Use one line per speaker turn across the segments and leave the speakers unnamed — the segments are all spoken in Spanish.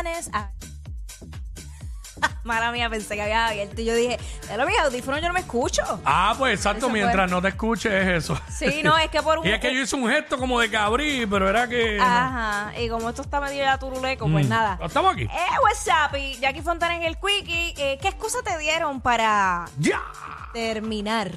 planes. Ah. Mala mía, pensé que había abierto y yo dije, de lo mis audífonos yo no me escucho.
Ah, pues exacto,
Eso
mientras no te escuches es eso.
Sí, no, es que por Ah. un-
Y es que yo hice un gesto como de cabrí, pero era que...
Ajá, y como esto está medio ya turuleco,
Mm.
pues nada.
Estamos aquí.
Eh, what's up, y Jackie Fontana en el Quickie. Eh, ¿Qué excusa te dieron para
¡Ya!
terminar?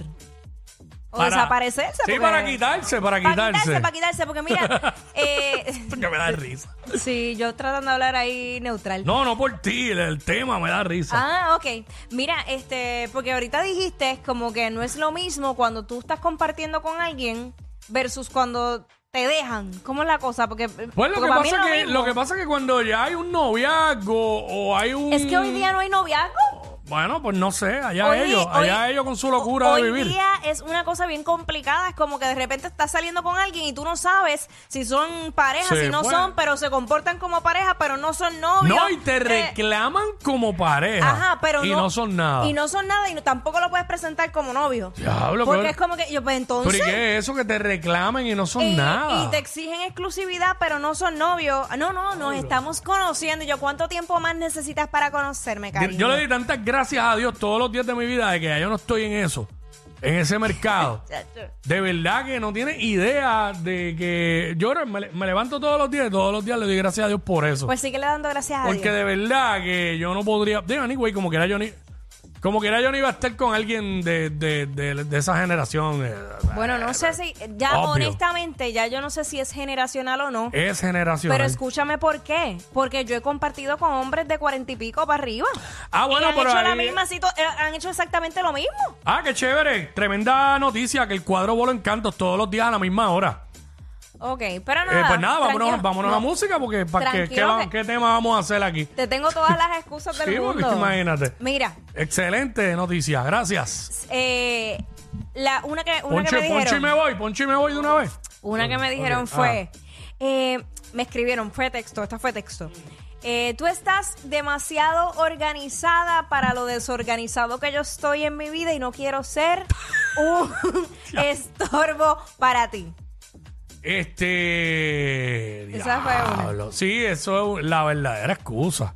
O
Para-
desaparecerse.
Sí,
porque-
para quitarse, para
Para
quitarse.
quitarse, para quitarse, porque mira, eh,
Porque me da risa.
sí, yo tratando de hablar ahí neutral.
No, no por ti, el, el tema me da risa.
Ah, ok. Mira, este, porque ahorita dijiste como que no es lo mismo cuando tú estás compartiendo con alguien versus cuando te dejan. ¿Cómo es la cosa? Porque, eh,
Pues lo
porque
que,
para mí
pasa
es
que,
mismo.
lo que pasa que cuando ya hay un noviazgo o hay un...
es que hoy día no hay noviazgo.
Bueno, pues no sé, allá
Hoy-
ellos,
hoy-
allá ellos con su locura
hoy
de vivir.
día es una cosa bien complicada. Es como que de repente estás saliendo con alguien y tú no sabes si son pareja,
Sí,
si no
pues.
son, pero se comportan como pareja, pero no son novios.
No, y te
Eh,
reclaman como pareja.
Ajá, pero
Ah. y
no,
no, son nada.
Y no son nada y no- tampoco lo puedes presentar como novio.
Diablo,
Porque
pero-
es como que yo, pues entonces.
Pero ¿y qué es eso que te reclamen y no son
Eh, y,
nada?
y te exigen exclusividad, pero no son novios. Ah, No, no, nos estamos conociendo. Y yo, ¿cuánto tiempo más necesitas para conocerme,
Yo-
cariño?
Yo le di tantas gracias a Dios todos los días de mi vida de que ya yo no estoy en eso, en ese mercado. De verdad que no tiene idea de que yo ahora me, le- me levanto todos los días y todos los días le doy gracias a Dios por eso.
Pues sigue le dando gracias a
Porque
Dios.
de verdad que yo no podría. Digo, anyway, como que era yo ni. Como que era yo no iba a estar con alguien de, de- de- de esa generación. eh,
Bueno, no sé si, ya
Obvio.
honestamente, ya yo no sé si es generacional o no.
Es generación.
Pero escúchame por qué. Porque yo he compartido con hombres de cuarenta y pico para arriba.
Ah,
Y
bueno,
han
pero
hecho la
ahí-
misma situ- eh, han hecho exactamente lo mismo.
Ah, qué chévere. Tremenda noticia que el cuadro voló en cantos todos los días a la misma hora.
Ok, pero
Eh,
nada.
pues nada, vámonos,
tranquilo.
vámonos a
No,
música porque para que, ¿qué,
Tranquilo,
va-
que-
qué tema vamos a hacer aquí?
Te tengo todas las excusas del
Sí, porque
mundo.
imagínate.
Mira,
Excelente noticia, gracias.
eh, la, una que, una que
Ponche,
me
ponche y
dijeron,
me voy, ponche y me voy de una vez.
una que me dijeron
Ok, ah.
fue, eh, me escribieron, fue texto, esta fue texto. Eh, tú estás demasiado organizada para lo desorganizado que yo estoy en mi vida y no quiero ser un estorbo para ti.
Este.
Esa fue una.
diablo. Sí, eso es la verdadera excusa.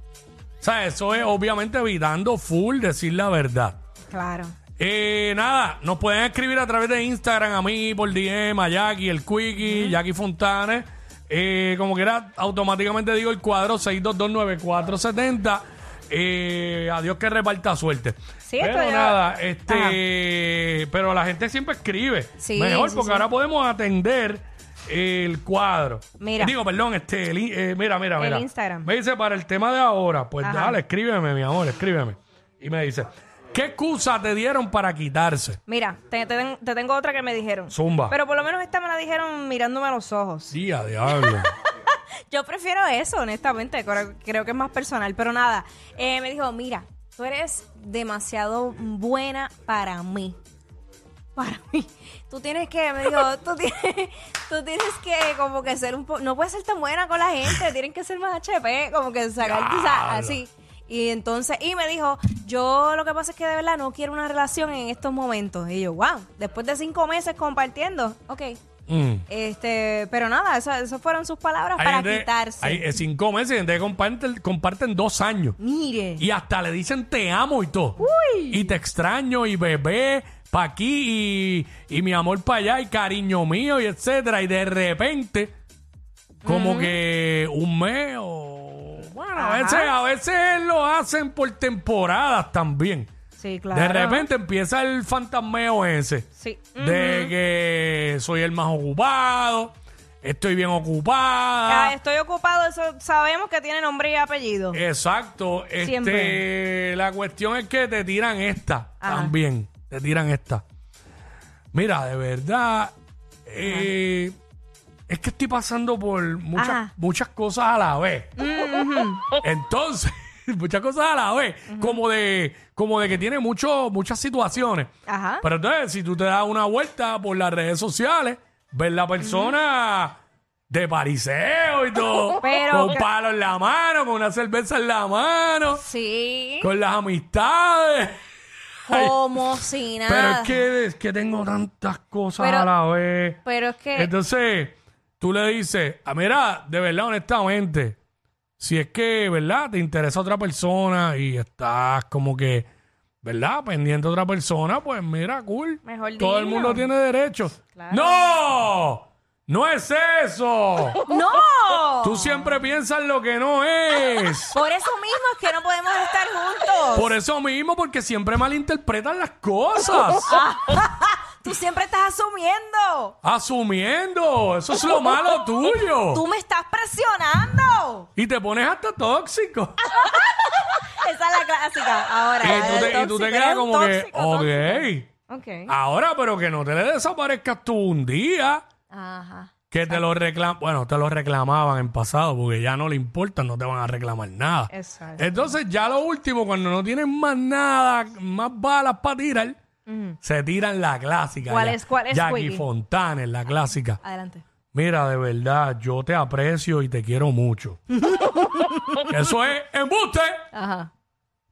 O sea, eso es obviamente evitando full decir la verdad.
Claro.
Eh, nada, nos pueden escribir a través de Instagram a mí, por DM, a Jackie, el Quickie, Jackie Fontanes. Eh, como quiera, automáticamente digo el cuadro 6229470. Eh, adiós que reparta suerte.
Sí,
pero
esto ya-
nada, este, pero la gente siempre escribe.
Sí,
Mejor,
sí,
porque
sí.
ahora podemos atender el cuadro.
Mira.
Digo, perdón, este, el in- eh, mira, mira,
El
mira.
Instagram.
Me dice para el tema de ahora, pues
Ajá.
dale, escríbeme, mi amor, escríbeme. Y me dice, ¿qué excusa te dieron para quitarse?
Mira, te, te ten- te tengo otra que me dijeron.
Zumba.
Pero por lo menos esta me la dijeron mirándome a los ojos.
Sí, a diablo.
Yo prefiero eso, honestamente. Creo, creo que es más personal. Pero nada, eh, me dijo, mira, tú eres demasiado buena para mí. Para mí. Tú tienes que, me dijo, tú tienes, tú tienes que como que ser un poco... No puedes ser tan buena con la gente, tienen que ser más HP, como que sacar quizás así. Y entonces, y me dijo, yo lo que pasa es que de verdad no quiero una relación en estos momentos. Y yo, wow, después de cinco meses compartiendo, ok.
Mm.
Este, pero nada, eso- esas fueron sus palabras
Hay
para
gente-
quitarse.
hay, eh, cinco meses, gente que comparten, comparten dos años.
Mire.
Y hasta le dicen te amo y todo. Y te extraño y bebé pa' aquí y, y mi amor para allá y cariño mío y etcétera. Y de repente como que un mes o... Bueno, a veces, a veces lo hacen por temporadas también.
Sí, claro.
De repente empieza el fantasmeo ese.
Sí.
De que soy el más ocupado, estoy bien ocupada.
Ah, estoy ocupado, eso sabemos que tiene nombre y apellido.
Eh. Exacto. Este,
Siempre.
la cuestión es que te tiran esta
Ajá.
también. Te tiran esta. Mira, de verdad, eh, es que estoy pasando por muchas,
Ajá. Mm,
muchas cosas a la vez. Entonces, muchas cosas a la vez. Como de, como de que tiene mucho, muchas situaciones.
Ajá.
Pero entonces, si tú te das una vuelta por las redes sociales, ves la persona de pariseo y todo.
Pero
con
que-
palo en la mano, con una cerveza en la mano,
Sí.
con las amistades. Ay,
Como si nada.
pero es que, es que tengo tantas cosas
Ah. Pero-
a la vez.
Pero es que-
Entonces, tú le dices, ah, mira, de verdad, honestamente, si es que, ¿verdad? Te interesa otra persona y estás como que, ¿verdad? Pendiente a otra persona, pues mira, cool.
Mejor
Todo el
dilo.
mundo tiene derecho.
Claro.
¡No! ¡No es eso!
¡No!
Tú siempre piensas lo que no es.
Por eso mismo es que no podemos estar juntos.
Por eso mismo, porque siempre malinterpretan las cosas.
Ah. Tú siempre estás asumiendo.
Asumiendo. Eso es lo malo tuyo.
Tú me estás presionando.
Y te pones hasta tóxico.
Ah, Esa es la clásica. Ahora.
y, tú
el
te, y tú
tóxico,
te
eres
quedas
un
como que,
tóxico,
ok.
tóxico. Ok.
Ahora, pero que no te le desaparezcas tú un día. Ah.
Ajá.
Que te lo reclaman, bueno, te lo reclamaban en pasado porque ya no le importa, no te van a reclamar nada.
Exacto.
Entonces, ya lo último, cuando no tienen más nada, más balas para tirar, se tiran la clásica.
¿Cuál
Ya-
es- cuál es,
Jackie
Quickie?
Fontanes, la clásica.
Adelante.
Mira, de verdad, yo te aprecio y te quiero mucho. Eso es embuste.
Ajá.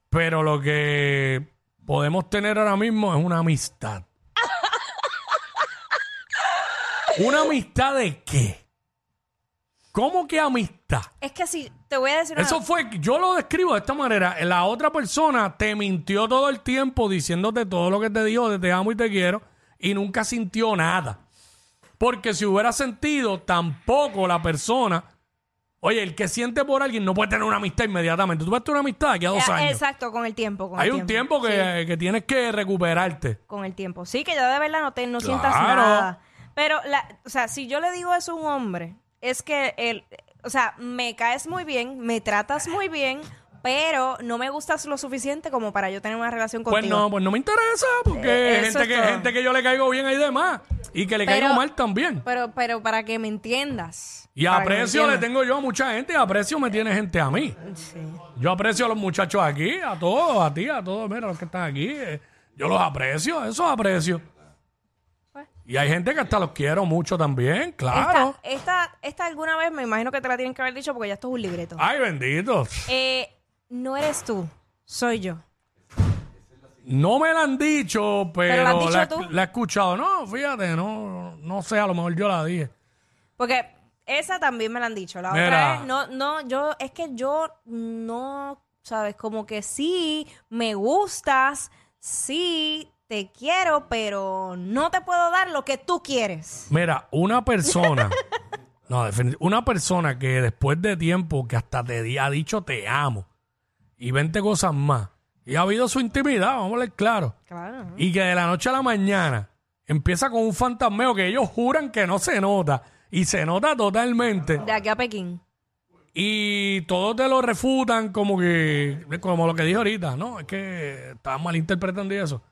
Pero lo que podemos tener ahora mismo es una amistad. ¿Una amistad de qué? ¿Cómo que amistad?
Es que si te voy a decir una
Eso fue, yo lo describo de esta manera. La otra persona te mintió todo el tiempo diciéndote todo lo que te dijo de te amo y te quiero y nunca sintió nada. Porque si hubiera sentido, tampoco la persona. Oye, el que siente por alguien no puede tener una amistad inmediatamente. Tú puedes tener una amistad aquí a dos
Eh,
años.
Exacto, con el tiempo. Con
Hay
el
un tiempo que, que tienes que recuperarte.
con el tiempo. Sí, que ya de verdad no, te, no sientas
Claro.
nada. Pero, la, o sea, si yo le digo eso a un hombre, es que él, o sea, me caes muy bien, me tratas muy bien, pero no me gustas lo suficiente como para yo tener una relación contigo.
Pues no, pues no me interesa, porque
Eh, eso
gente
es
que,
todo.
gente que yo le caigo bien ahí de más y que le
Pero-
caigo mal también.
Pero, pero para que me entiendas.
Y
Para que me
aprecio le
entiendas.
tengo yo a mucha gente y aprecio me tiene gente a mí. Yo aprecio a los muchachos aquí, a todos, a ti, a todos, mira, los que están aquí. eh, yo los aprecio, esos aprecio.
Pues.
Y hay gente que hasta los quiero mucho también, claro.
Esta, esta, esta alguna vez me imagino que te la tienen que haber dicho porque ya esto es un libreto.
Ay, bendito.
Eh, no eres tú, soy yo.
No me la han dicho, pero,
la has dicho
la,
tú?
la he escuchado. No, fíjate, no, no sé, a lo mejor yo la dije.
Porque esa también me la han dicho. La
Mira.
otra es, no, no, yo, es que yo no, sabes, como que sí, me gustas, sí, te quiero, pero no te puedo dar lo que tú quieres.
Mira, una persona, no, definit- una persona que después de tiempo que hasta te di- ha dicho te amo y 20 cosas más, y ha habido su intimidad, vamos a hablar claro,
Claro.
y que de la noche a la mañana empieza con un fantasmeo que ellos juran que no se nota y se nota totalmente.
De aquí a Pekín.
Y todos te lo refutan como que, como lo que dije ahorita, ¿no? Es que estás malinterpretando y eso.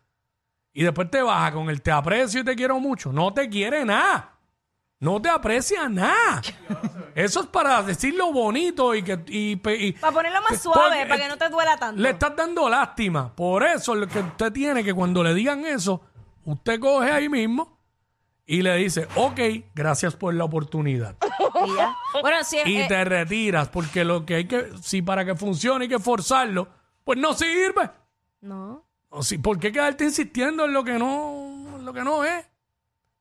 Y después te baja con el te aprecio y te quiero mucho. No te quiere nada. No te aprecia nada. Eso es para decirlo bonito y que... y pe- y-
Para ponerlo más
Porque-
suave, para que no te duela tanto.
le estás dando lástima. Por eso lo que usted tiene que cuando le digan eso, usted coge ahí mismo y le dice, ok, gracias por la oportunidad
Y ya. Bueno, sí, es,
y
eh,
te retiras porque lo que hay que si para que funcione hay que forzarlo pues no sirve
no.
o si, ¿por qué quedarte insistiendo en lo que no en lo que no es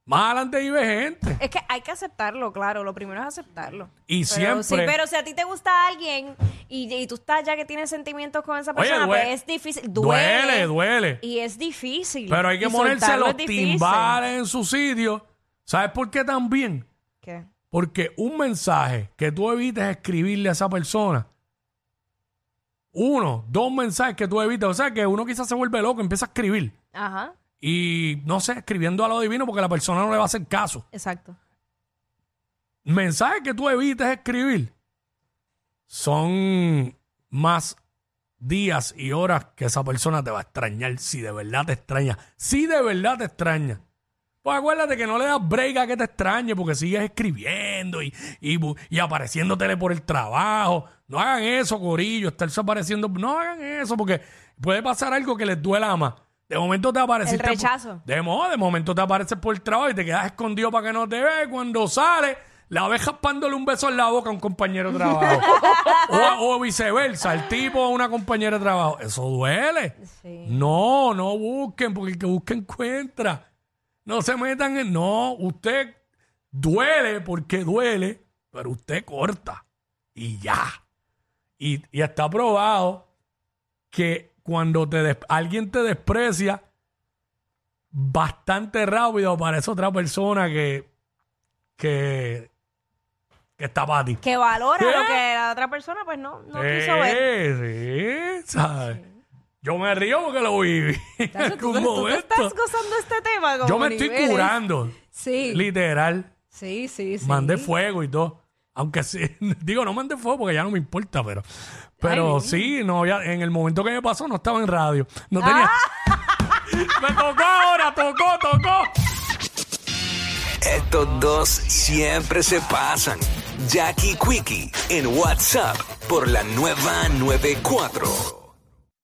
más adelante vive gente
Es que hay que aceptarlo, claro. Lo primero es aceptarlo.
y
Pero,
siempre
sí, pero si a ti te gusta alguien y, y tú estás ya que tienes sentimientos con esa
Oye,
persona,
due-
pues es difícil.
duele
Duele,
duele
Y es difícil.
pero hay que
Y
ponerse
soltarlo
los
es difícil.
timbales en su sitio sabes por qué también
¿Qué?
Porque un mensaje que tú evites escribirle a esa persona, uno, dos mensajes que tú evites, o sea, que uno quizás se vuelve loco, empieza a escribir.
Ajá,
Y no sé, escribiendo a lo divino porque la persona no le va a hacer caso.
exacto.
Mensajes que tú evites escribir son más días y horas que esa persona te va a extrañar si de verdad te extraña. Si de verdad te extraña. Pues acuérdate que no le das break a que te extrañe porque sigues escribiendo y, y, bu- y apareciéndotele por el trabajo. No hagan eso, Corillo, estarse apareciendo. No hagan eso porque puede pasar algo que les duela más. De momento te apareciste. por-
rechazo.
De, mo- de momento te apareces por el trabajo y te quedas escondido para que no te vea. Y Cuando sales, la ves jaspándole un beso en la boca a un compañero de trabajo. o, o viceversa, el tipo a una compañera de trabajo. Eso duele. No, no busquen porque el que busca encuentra. No se metan en. No, usted duele porque duele, pero usted corta. Y ya. Y, y está probado que cuando te des- alguien te desprecia bastante rápido aparece otra persona que, que, que está para ti.
Que valora
¿Qué?
lo que la otra persona, pues no, no quiso ver.
Eh, Sí, sí, ¿sabes? Yo me río porque lo viví. en
Tacho, tú, tú
algún
te
momento.
estás gozando este tema como
Yo me estoy
niveles.
curando.
Sí.
Literal.
Sí, sí, sí.
Mandé fuego y todo. Aunque sí, digo, no mandé fuego porque ya no me importa, pero. Pero sí, no, ya, en el momento que me pasó no estaba en radio. No tenía. me tocó ahora, tocó, tocó.
Estos dos siempre se pasan. Jackie Quickie en WhatsApp por la nueva 94.